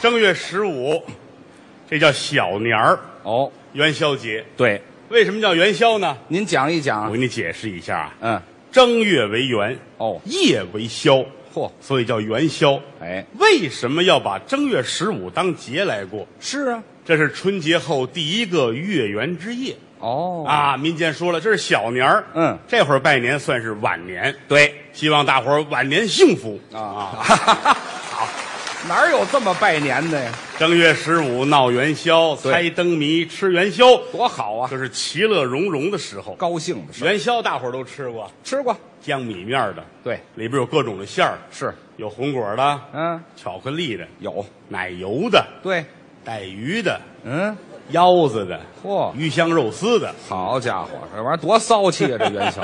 正月十五，这叫小年儿，哦，元宵节。对，为什么叫元宵呢？您讲一我讲。啊给你解释一下啊，嗯，正月为元，哦，夜为宵，嚯，所以叫元宵。哎，为什么要把正月十五当节来过？是啊，这是春节后第一个月圆之夜哦，啊！民间说了，这是小年儿，嗯这会儿拜年算是晚年，对，希望大伙儿晚年幸福啊啊 哪有这么拜年的呀？正月十五闹元宵，对猜灯谜，吃元宵，多好啊，这是其乐融融的时候。高兴的事儿。元宵大伙儿都吃过，吃过，江米面儿的，对，里边有各种的馅儿，是，有红果的，嗯，巧克力的，有，奶油的，对，带鱼的，嗯，腰子的，嚯，鱼香肉丝的。 好家伙，这玩意儿多骚气啊！这元宵，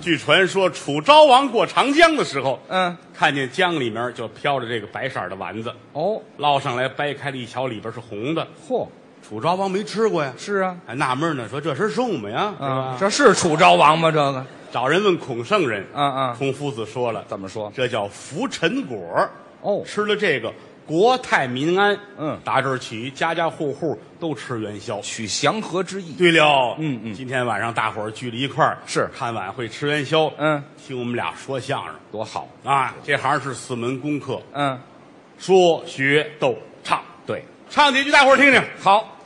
据传说，楚昭王过长江的时候，嗯，看见江里面就飘着这个白色儿的丸子， 哦，捞上来掰开了一瞧，里边是红的。嚯，楚昭王没吃过呀，是啊，还纳闷呢，说这是什么呀？啊，是吧？这是楚昭王吗？这个，找人问孔圣人，嗯嗯，孔夫子说了，怎么说？这叫浮尘果，哦，吃了这个国泰民安。嗯打这儿起，家家户户都吃元宵。取祥和之意。对了，嗯嗯今天晚上大伙儿聚了一块儿，是看晚会吃元宵，嗯，听我们俩说相声多好，啊，这行是四门功课，嗯，说学逗唱，对，唱几句大伙儿听听。好，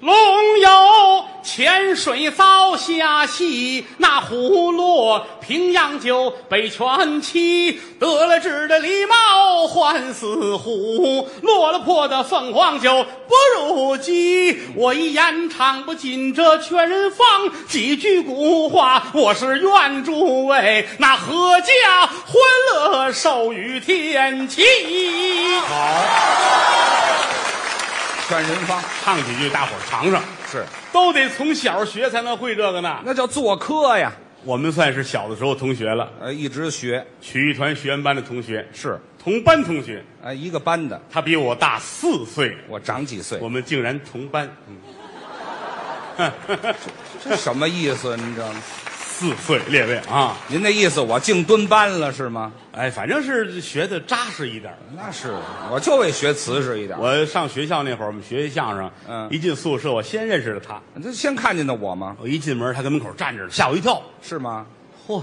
龙游浅水遭虾戏，那虎落平阳酒北泉妻。得了志的狸猫换死虎，落了魄的凤凰酒不如鸡。我一言唱不尽这劝人方，几句古话我是愿诸位那阖家欢乐寿与天齐。劝人方唱几句，大伙儿尝尝。是，都得从小学才能会这个呢。那叫做科呀，我们算是小的时候同学了，呃，一直学曲艺团学员班的同学，是，同班同学。呃，一个班的，他比我大四岁，我长几岁我，们竟然同班，嗯这什么意思？你知道吗？ 四岁，列位啊，您那意思我净蹲班了是吗？哎，反正是学的扎实一点儿。那是，我就为学瓷实一点。我上学校那会儿，我们学习相声，嗯一进宿舍我先认识了他，这先看见的我吗？我一进门他跟门口站着呢，吓我一跳，是吗？嚯，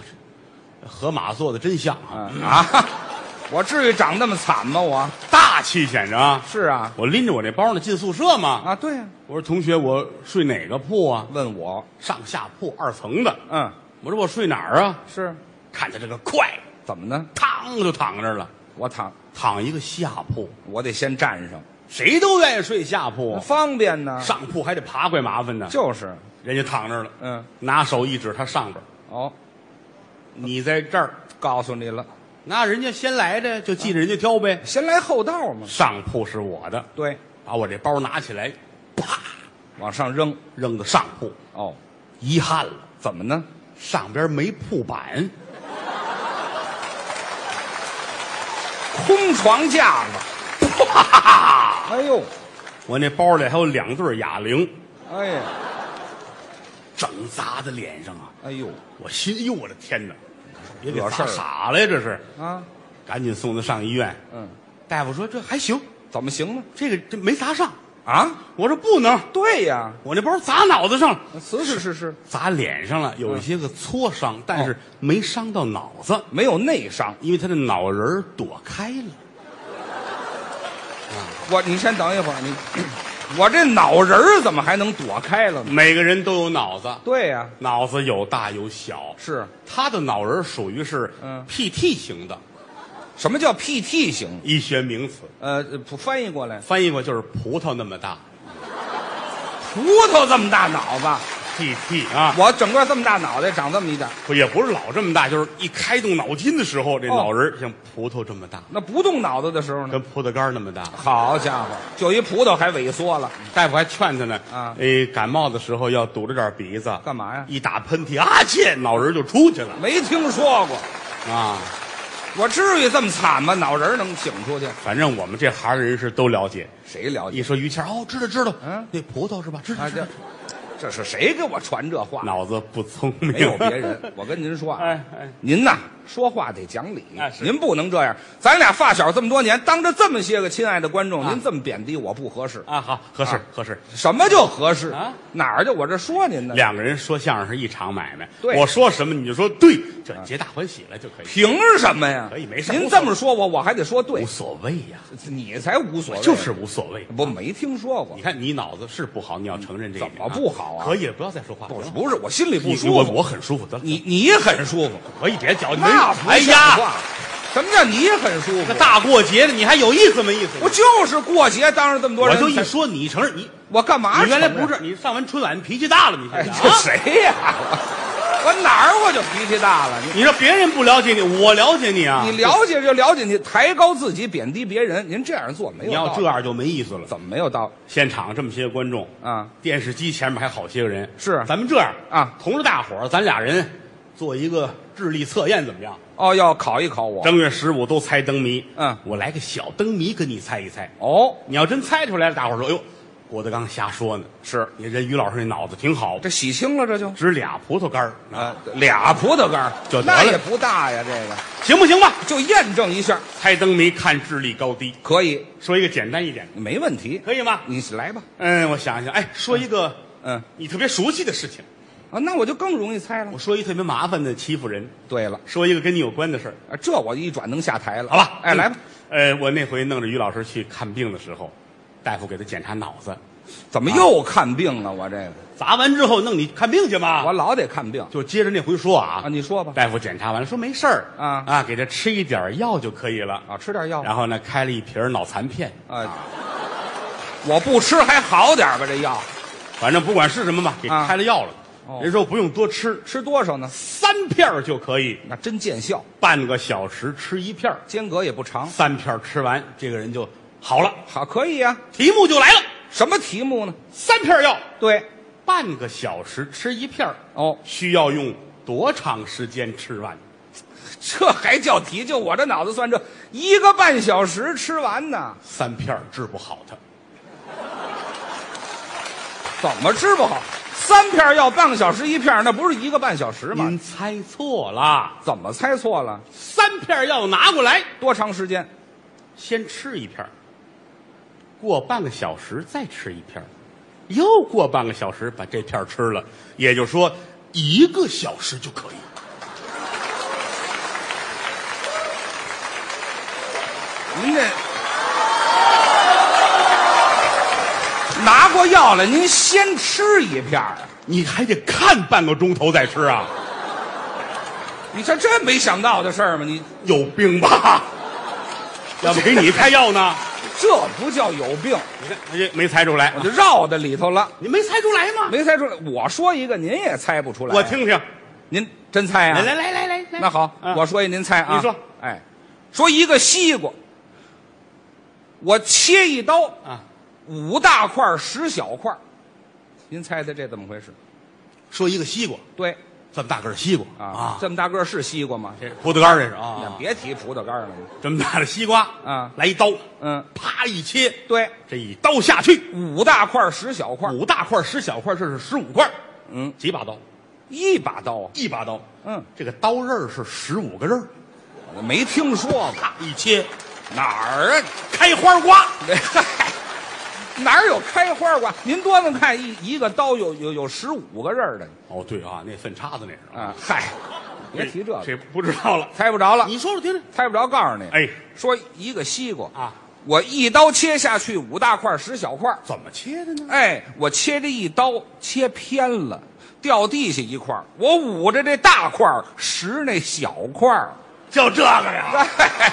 这河马做的真像啊，嗯啊， 我至于长那么惨吗？我大气显着啊。是啊，我拎着我那包呢进宿舍嘛，啊对呀、我说同学，我睡哪个铺啊？问我，上下铺二层的。嗯，我说我睡哪儿啊？是看见这个快，怎么呢？嘡就躺那儿了，我躺，躺一个下铺，我得先站上，谁都愿意睡下铺，方便呢。上铺还得爬，怪麻烦的。就是，人家躺那儿了，嗯，拿手一指他上边儿，哦，嗯你在这儿，告诉你了，那人家先来的就记着人家挑呗。先来后到嘛。上铺是我的，对，把我这包拿起来，啪往上扔。扔到上铺，哦，遗憾了，怎么呢？上边没铺板，空床架子。 啪！哎呦，我那包里还有两对哑铃，哎呀，整砸在脸上啊！哎呦，我心，哎呦，我的天哪！别给惹事砸儿了傻了呀，这是！啊，赶紧送他上医院。嗯，大夫说这还行，怎么行呢？这个这没砸上。啊，我说不能，对呀，我那包砸脑子上了，是是是是，砸脸上了，有一些个挫伤，但哦是没伤到脑子，没有内伤。因为他的脑仁儿躲开了。我，你先等一会儿，你，我这脑仁儿怎么还能躲开了呢？每个人都有脑子，对呀、脑子有大有小，是他的脑仁儿属于是嗯 PT 型的，什么叫 PT 型？医学名词，呃，不翻译过来，翻译过就是葡萄那么大葡萄这么大脑子， ，PT 啊。我整个这么大脑袋长这么一点，不也不是老这么大，就是一开动脑筋的时候，这哦脑仁儿像葡萄这么大，那不动脑子的时候呢？跟葡萄干儿那么大。好家伙，就一葡萄还萎缩了，大夫还劝他呢，哎啊哎，感冒的时候要堵着点鼻子，干嘛呀？一打喷嚏，啊切，脑仁儿就出去了没听说过，啊。我至于这么惨吗？脑仁儿能请出去？反正我们这行的人是都了解。谁了解？一说于谦儿，哦，知道知道，嗯那葡萄是吧？知道啊，知道这。这是谁给我传这话？脑子不聪明，没有别人，我跟您说啊，哎哎您呐，说话得讲理啊，是您不能这样。咱俩发小这么多年，当着这么些个亲爱的观众，啊您这么贬低我不合适。啊，好，合适啊合适。什么叫合适啊？哪儿就我这说您呢？两个人说相声是一场买卖，对啊我说什么你就说对，这皆大欢喜了就可以，凭什么呀？可以没事您无所这谓么说我，我还得说对无，所谓呀，你才无所谓。就是无所谓。我没听说过你，看你脑子是不好，你要承认这一点啊。怎么不好啊可以了，不要再说话。不行是了不是，我心里不你舒我服。我很舒服，得了，你你很舒服，可以别矫情。那不哎像呀，话。什么叫你很舒这服？大过节的你还有意思没意思呢？我就是过节，当着这么多我人才，就一说你承认，你我干嘛你承原来认？不是你上完春晚脾气大了，你哎，现在这啊谁呀、我我哪儿我就脾气大了？你你说别人不了解你，我了解你 啊。你了解就了解，你抬高自己，贬低别人，您这样做没有你道理。要这样就没意思了。怎么没有道理现场这么些观众，啊？电视机前面还好些个人，是咱们这样啊同着大伙儿，咱俩人做一个智力测验，怎么样？哦，要考一考我正月十五都猜灯谜，嗯我来个小灯谜跟你猜一猜。哦，你要真猜出来了，大伙儿说：“哎呦，郭德纲瞎说呢。”是你人于老师那脑子挺好，这洗清了这就只俩葡萄干儿，啊，俩葡萄干儿就得了那也不大呀，这个行不行吧？就验证一下猜灯谜看智力高低，可以，说一个简单一点的，没问题，可以吗？你来吧，嗯，我想一想，哎，说一个嗯你特别熟悉的事情，啊，那我就更容易猜了我。说一特别麻烦的欺负人，对了，说一个跟你有关的事儿，啊这我一转能下台了，好吧？哎，来吧，嗯。呃，我那回弄着于老师去看病的时候，大夫给他检查脑子，怎么又看病了？我这个砸完之后弄你看病去吧。我老得看病就接着那回说啊，啊，你说吧大夫检查完了说没事儿啊啊，给他吃一点药就可以了。啊，吃点药吧。然后呢，开了一瓶脑残片，啊，我不吃还好点儿吧？这药反正不管是什么吧，给啊开了药了。哦人说不用多吃，吃多少呢？三片儿就可以，那真见效，半个小时吃一片儿，间隔也不长。三片儿吃完，这个人就好了。好，可以呀、题目就来了，什么题目呢？三片儿药，对，半个小时吃一片儿，哦，需要用多长时间吃完？这还叫题？就我这脑子算这一个半小时吃完呢，三片儿治不好他，怎么吃不好？三片药半个小时一片儿，那不是一个半小时吗？您猜错了，怎么猜错了？三片儿药拿过来，多长时间？先吃一片儿，过半个小时再吃一片儿，又过半个小时把这片儿吃了，也就是说一个小时就可以。您这拿过药来，您先吃一片儿啊。你还得看半个钟头再吃啊，你这这没想到的事儿吗？你有病吧？ 要不给你开药呢？这不叫有病，你看，哎没猜出来我，就绕在里头了，你没猜出来吗？没猜出来。我说一个，您也猜不出来。我，听听，您真猜啊？来来来来来来，那好，嗯我说一，您猜啊？你说，哎，说一个西瓜，我切一刀，啊，五大块儿十小块儿，您猜猜这怎么回事？说一个西瓜，对这么大个儿西瓜啊，这么大个儿是西瓜吗？这是葡萄干儿这是啊，别提葡萄干儿了，这么大的西瓜啊来一刀，嗯，啪一切，对，这一刀下去，五大块儿十小块儿，五大块儿、十小块儿，这是十五块儿，嗯，几把刀？一把刀啊，一把刀，嗯，这个刀刃儿是十五个刃儿，我没听说过啪一切，哪儿啊？开花瓜，嗨， 哪儿有开花瓜？您多能看一一个刀有有有十五个刃儿的哦，对啊，那粪叉子那是啊！嗨，别提这个，啊这不知道了。猜不着了，你说说听听，猜不着，告诉你，哎说一个西瓜，啊，我一刀切下去五大块儿十小块儿，怎么切的呢？哎，我切这一刀切偏了，掉地下一块儿，我捂着这大块儿拾那小块 儿，就这个呀！哎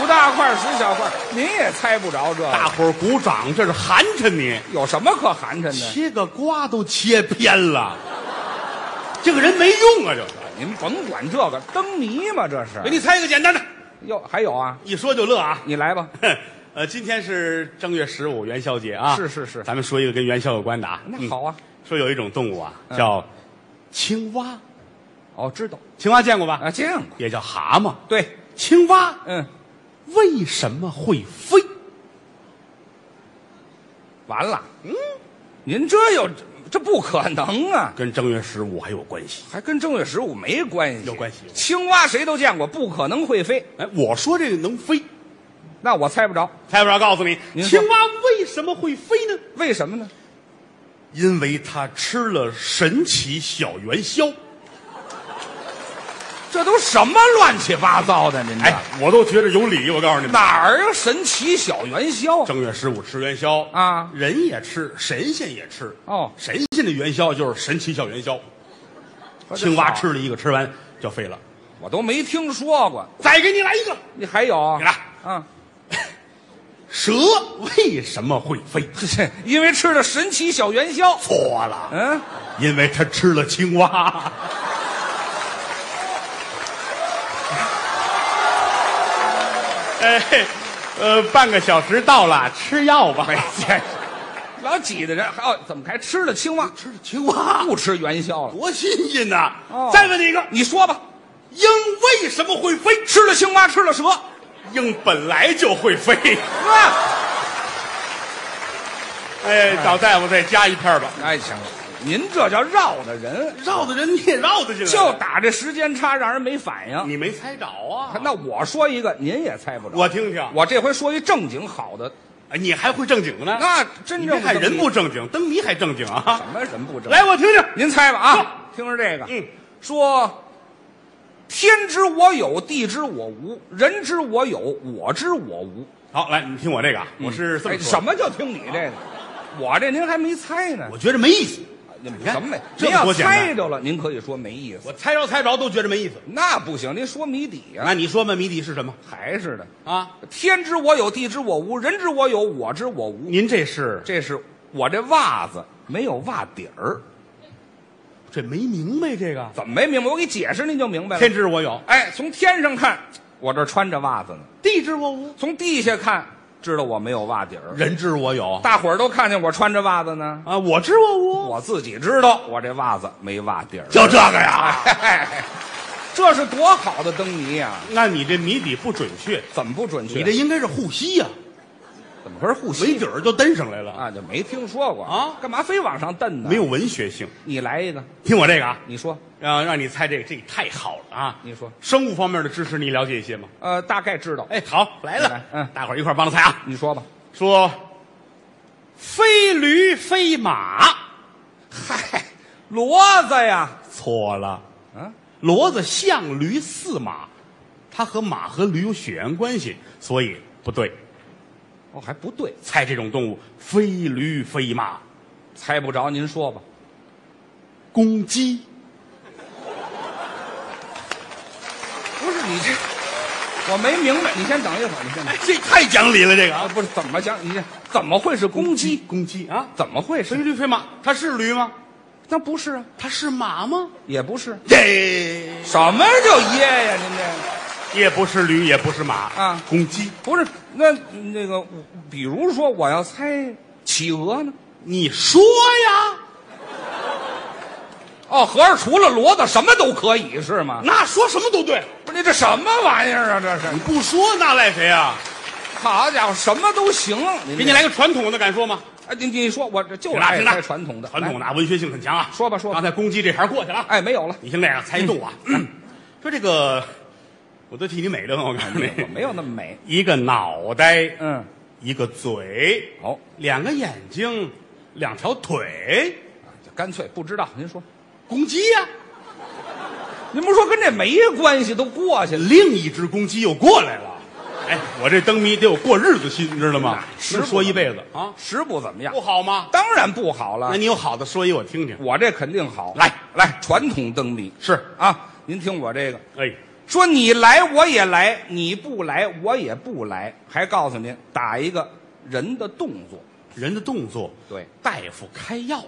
五大块儿十小块儿，您也猜不着这大个，伙儿鼓掌，这是寒碜你，有什么可寒碜的？切个瓜都切偏了，这个人没用啊！就是，您甭管这个灯谜嘛，这是给。你猜一个简单的，哟，还有啊，一说就乐啊。 你来吧。哼呃，今天是正月十五元宵节啊，是是是咱们说一个跟元宵有关的啊。那嗯嗯好啊，说有一种动物啊，叫青蛙，哦，知道青蛙见过吧？啊，见过。也叫蛤蟆。对，青蛙嗯，为什么会飞？完了。嗯，您这有这不可能啊！跟正月十五还有关系。还跟正月十五没关系，有关系有青蛙谁都见过，不可能会飞，哎，我说这个能飞，那我猜不着，蔡部长告诉你，您说青蛙为什么会飞呢？为什么呢？因为它吃了神奇小元宵。这都什么乱七八糟的？您这、哎，我都觉得有理。我告诉你们，哪儿有啊神奇小元宵啊？正月十五吃元宵啊人也吃，神仙也吃。哦神仙的元宵就是神奇小元宵，我这青蛙好吃了一个，吃完就废了。我都没听说过。再给你来一个，你还有啊你？来。啊， 蛇为什么会飞？因为吃了神奇小元宵。错了，嗯，因为它吃了青 蛙。哎，呃，半个小时到了，吃药吧。老挤的人，哦，怎么还吃了青蛙？吃了青蛙，不吃元宵了？多新鲜呐！哦再问你一个，你说吧，鹰为什么会飞？吃了青蛙，吃了蛇，鹰本来就会飞。啊！哎，找大夫再加一片吧。哎，行了，您这叫绕的人，绕的人你也绕得进来，就打这时间差，让人没反应。啊你没猜着啊？那我说一个，您也猜不着。我听听，我这回说一正经好的，哎你还会正经呢？那真你正别看人不正正经，灯谜还正经啊 经！什么人不正？，来，我听听。您猜吧啊！听着这个，嗯，说天知我有，地知我无，人知我有，我知我无。好，来，你听我这个啊，我是这么哎，说什的，啊么叫听你这个？我这您还没猜呢。我觉着没意思，你们看什么没？这您个要多简单猜着了，您可以说没意思。我猜着猜着都觉着没意思。那不行，您说谜底呀、那你说吧，谜底是什么还是的。啊？天知我有，地知我无，人知我有，我知我无。您这是这是我这袜子没有袜底儿，这没明白这个？怎么没明白？我给解释您就明白了天。知我有，哎，从天上看，我这穿着袜子呢；地知我无，从地下看，知道我没有袜底儿。人知我有大伙儿都看见我穿着袜子呢，啊，我知我无，我自己知道我这袜子没袜底儿。就这个呀？哎， 这是多好的灯谜呀、那你这谜底不准确，怎么不准确？你这应该是护膝呀，怎么回事？护没膝底儿就蹬上来了，啊，就没听说过啊干嘛非往上蹬呢？没，有文学性。你来一个，听我这个啊，你说，让让你猜这个，这个太好了啊！你说，生物方面的知识你了解一些吗？呃，大概知道。哎，好，来了来，嗯大伙儿一块儿帮着猜啊。你说吧。说飞驴飞马，嗨，骡子呀，错了，嗯、骡子象驴似马，它和马和驴有血缘关系，所以不对。哦，还不对，猜这种动物，飞驴飞马，猜不着，您说吧。公鸡。不是你这，我没明白。你先等一会儿，你先等。哎，这太讲理了，这个啊，啊，不是怎么想？你这怎么会是公鸡？公鸡啊，怎么会飞是？驴飞马，它是驴吗？嗯那不是啊，它是马吗？也不是。耶，什么叫耶呀？您这也不是驴，也不是马啊公鸡。不是那那个，比如说我要猜企鹅呢？你说呀，哦，合着除了骡子什么都可以是吗？那说什么都对，不是你这什么玩意儿啊？这是你不说那赖谁啊？好家伙，什么都行。您给你来个传统的，敢说吗？这，哎，你你说我哎这就挺大爱挺大猜传统的，传统的来。啊文学性很强啊。说吧说吧刚才公鸡这茬过去了啊，哎，没嗯 有了，你听这样猜一动物啊，说这个，我都替你美了，我告诉你，我没有那么 美。一个脑袋，嗯，一个嘴，好，两个眼睛，两条腿，就干脆不知道。您说，公鸡呀、您不是说跟这没关系，都 过去了。另一只公鸡又过来了。哎，我这灯谜得有过日子心，你知道吗？那是能说一辈子啊，食不怎么样不，好吗？当然不好了那。你有好的说一我听听。我这肯定好。来来，传统灯谜是，啊！您听我这个，哎，说你来我也来，你不来我也不来，还告诉您打一个人的动作。人的动作，对，大夫开药，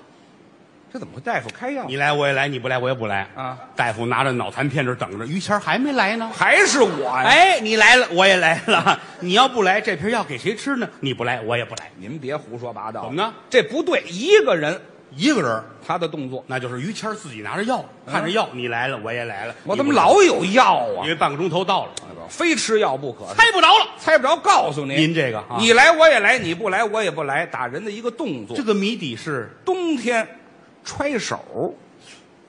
这怎么会大夫开药？你来我也来，你不来我也不来啊！大夫拿着脑残片这儿等着，于谦儿还没来呢。还是我呀？，哎，你来了，我也来了。 你要不来，这瓶药给谁吃呢？你不来，我也不来。您别胡说八道。怎么呢？这不对，一个人一个人儿，他的动作，那就是于谦儿自己拿着药，看着药，你来了，嗯我也来了。我怎么你不来？老有药啊因？为半个钟头到了，非吃药不可。猜不着了。猜不着，告诉您，您这个啊你来我也来，你不来我也不来，打人的一个动作。这个谜底是冬天揣手。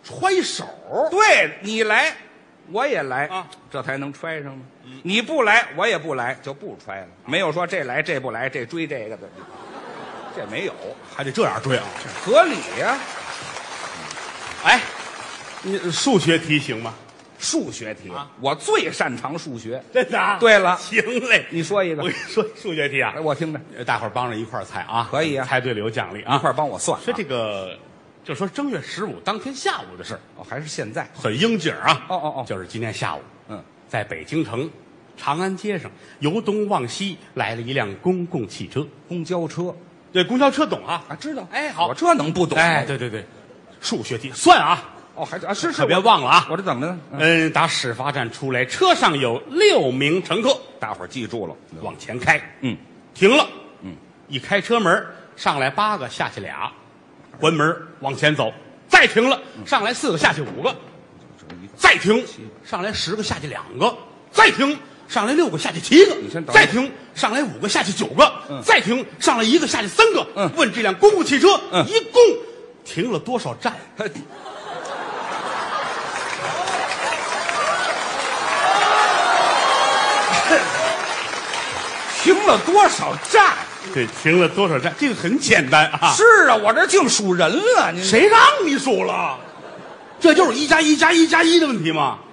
揣手，对你来，我也来啊，这才能揣上吗？嗯你不来，我也不来，就不揣了。没有说这来这不来这追这个的，这没有，还得这样追啊！合理呀、哎，你数学题行吗？数学题、啊我最擅长数学。真的、啊？对了行嘞。你说一我个跟，你说，数学题啊哎，我听着，呃大伙儿帮着一块儿猜啊，可以啊猜对了有奖励一啊。块儿帮我算、啊。说这个，就说正月十五当天下午的事儿，哦，还是现在？很应景儿啊。哦哦哦就是今天下午，嗯，在北京城长安街上，由东往西来了一辆公共汽车。公交车对，公交车懂啊？啊，知道。哎好我这能不懂？哎，，对对对，数学题算啊，哦，还是啊，是是，可别我忘了啊。我这怎么了？嗯嗯，打始发站出来，车上有六名乘客，大伙儿记住了，往前开，嗯，停了，嗯，一开车门，上来八个，下去俩，关门往前走，再停了，上来四个，下去五个，这一个再停，上来嗯十个，下去两个，再停，上来六个，下去七个你先，等会儿再停，上来五个，下去九个，嗯再停，上来一个，下去三个。嗯问这辆公共汽车、嗯一共停了多少站？嘿停了多少站？对，停了多少站？这个很简单啊。是啊，我这净数人了。您谁让你数了？这就是一加一加一加一的问题吗？啊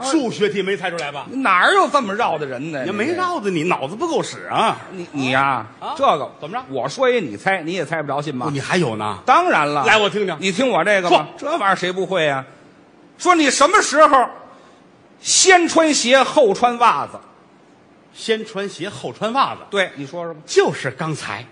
数学题没猜出来吧？哪儿有这么绕的人呢？也你没绕着你，脑子不够使啊！你你呀、啊这个怎么着我说一，你猜，你也猜不着，信吗？哦你还有呢？当然了，来我听听你听我这个吧，这玩意儿谁不会呀、说你什么时候先穿鞋后穿袜子？先穿鞋后穿袜子，对，你说说吧。就是刚才，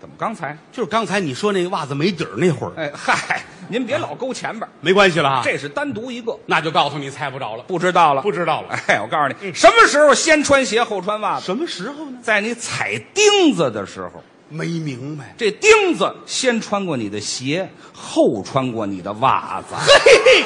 怎么刚才？就是刚才你说那个袜子没底儿那会儿，哎嗨，您别老勾前边儿，没关系了啊。这是单独一个，那就告诉你猜不着了，不知道了。不知道了。哎，我告诉你，什么时候先穿鞋后穿袜子？什么时候呢？在你踩钉子的时候，没明白。这钉子先穿过你的鞋，后穿过你的袜子。嘿，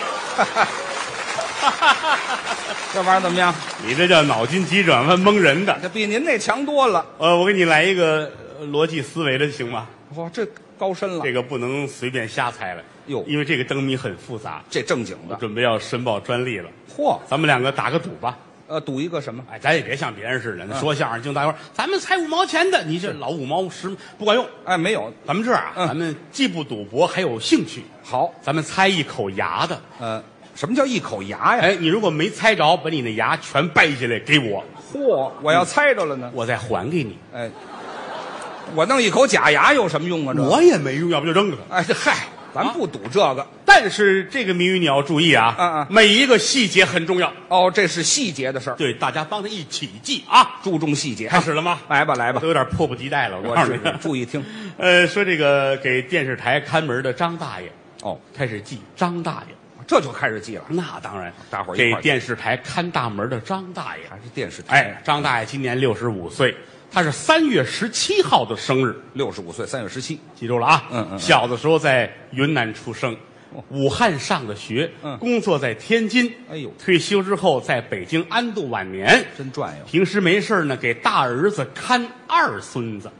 这玩意儿怎么样？你这叫脑筋急转弯蒙人的。这比您那强多了。呃，我给你来一个呃逻辑思维的，行吗？哇，这高深了这，个不能随便瞎猜了，哟啊因为这个灯谜很复杂，这正经的。准备要申报专利了。嚯，咱们两个打个赌吧，呃，赌一个什么？哎，咱也别像别人似嗯的，那说相声净大伙儿，咱们猜五毛钱的，你这老五毛十不管用。哎，没有。咱们这样啊，嗯咱们既不赌博，还有兴趣，好，咱们猜一口牙的。呃，什么叫一口牙呀？哎，你如果没猜着，把你那牙全掰下来给我，嚯，我嗯要猜着了呢。我再还给你。哎，我弄一口假牙有什么用啊？这，我也没用，要不就扔了它。哎，这嗨，咱不赌这个。但是这个谜语你要注意啊，嗯嗯每一个细节很重要，哦，这是细节的事儿，对，大家帮着一起记啊。注重细节。开始了吗？来吧，来 吧都，有点迫不及待了，我我告诉是你。注意听。呃，说这个给电视台看门的张大爷哦，开始记张大爷，这就开始记了，那当然，大伙儿一给块儿记电视台看大门的张大爷，还是电视台。哎，，张大爷今年六十五岁，他是三月十七号的生日，六十五岁，三月十七。记住了啊。嗯嗯嗯小的时候在云南出生哦，武汉上的学，嗯工作在天津。哎呦退休之后在北京安度晚年。真转悠，平时没事儿呢，给大儿子看二孙子，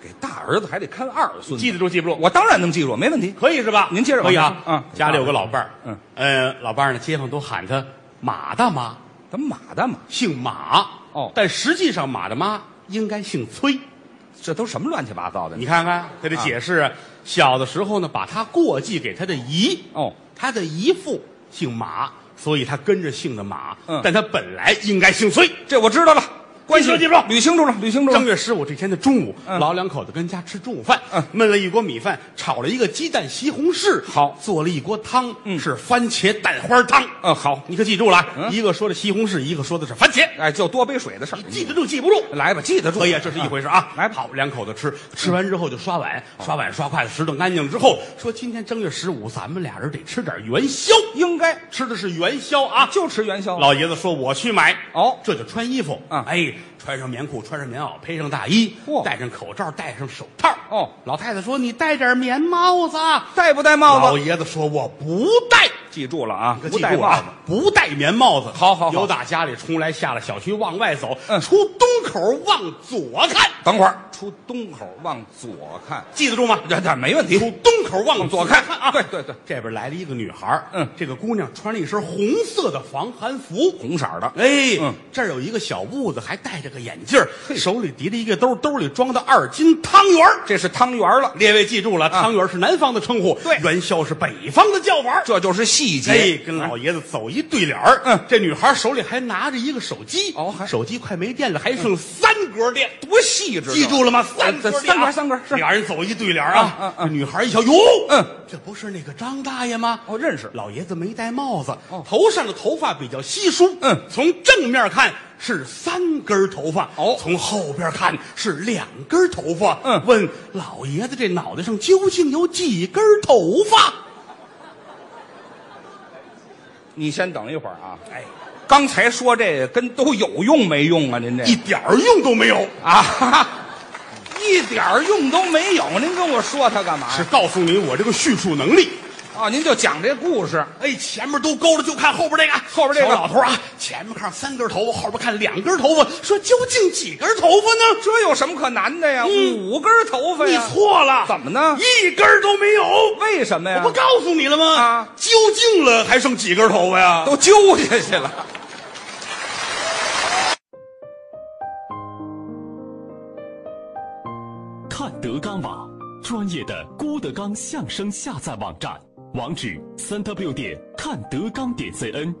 给大儿子还得看二孙子，记得住记不住？我当然能记住，没问题。可以是吧？您接着可往以下啊。说嗯家里有个老伴儿，嗯呃，老伴儿呢，街坊都喊他马大妈，怎么马的马？姓马哦但实际上马大妈应该姓崔。这都什么乱七八糟的？你看看他的解释，啊、小的时候呢，把他过继给他的姨，哦，他的姨父姓马，所以他跟着姓的马，嗯但他本来应该姓崔。这我知道了，关系记住记住捋清楚了，捋清楚正了。月十五这天的中午，嗯老两口子跟家吃中午饭，嗯焖了一锅米饭，炒了一个鸡蛋西红柿，好做了一锅汤，是番茄蛋花汤。嗯，好，你可记住了啊，嗯一个说的西红柿，一个说的是番茄，哎，就多杯水的事儿，记得住记不住？来吧，记得住。可以，这是一回事啊。嗯来吧嗯好，两口子吃，吃完之后就刷碗，刷碗刷筷子，拾掇干净了之后，说今天正月十五，咱们俩人得吃点元宵，应该吃的是元宵啊。就吃元宵。老爷子说：“我去买。”哦这就穿衣服。嗯哎，穿上棉裤，穿上棉袄，配上大衣，嚯戴上口罩，戴上手套。哦老太太说：“你戴点棉帽子。”啊戴不戴帽老子？爷子说：“我不戴。”记住了啊，可不记戴住帽子。啊，不戴棉帽子。好好好由打家里出来，下了小区往外走，嗯出东口往左看，等会儿，出东口往左看，记得住吗？这这没问题。从东口往左左看看啊！对对对，这边来了一个女孩儿嗯这个姑娘穿了一身红色的防寒服，红色儿的，哎，嗯这儿有一个小痦子，还戴着个眼镜儿，手里提着一个兜，兜里装的二斤汤圆儿。这是汤圆了，列位记住了，啊汤圆儿是南方的称呼，对元宵是北方的叫法儿。这就是细哎节。，跟老爷子走一对脸儿。嗯这女孩手里还拿着一个手机，哦还手机快没电了，还剩三格电。多细致啊，记住了吗？三三格电三三啊格三格是。俩人走一对脸儿啊。嗯嗯嗯这女孩一瞧，哟，嗯，这不是那个张大爷吗？哦，认识，老爷子没戴帽子，哦头上的头发比较稀疏。嗯从正面看是三根头发，哦从后边看是两根头发。嗯问老爷子这脑袋上究竟有几根头发？你先等一会儿啊。哎，刚才说这跟都有用没用啊？您这一点儿用都没有。啊， 哈哈一点儿用都没有。您跟我说它干嘛是呀？告诉你我这个叙述能力。啊，您就讲这故事。哎，前面都勾了，就看后边这个，后边这个小老头啊，前面看三根头发，后边看两根头发，说究竟几根头发呢？这有什么可难的呀？嗯五根头发你呀？错了，怎么呢一根都没有。为什么我呀不？告诉你了吗？啊究竟了还剩几根头发呀？都揪下去了。看德纲网，专业的郭德纲相声下载网站，网址三 w 点看德纲点 cn，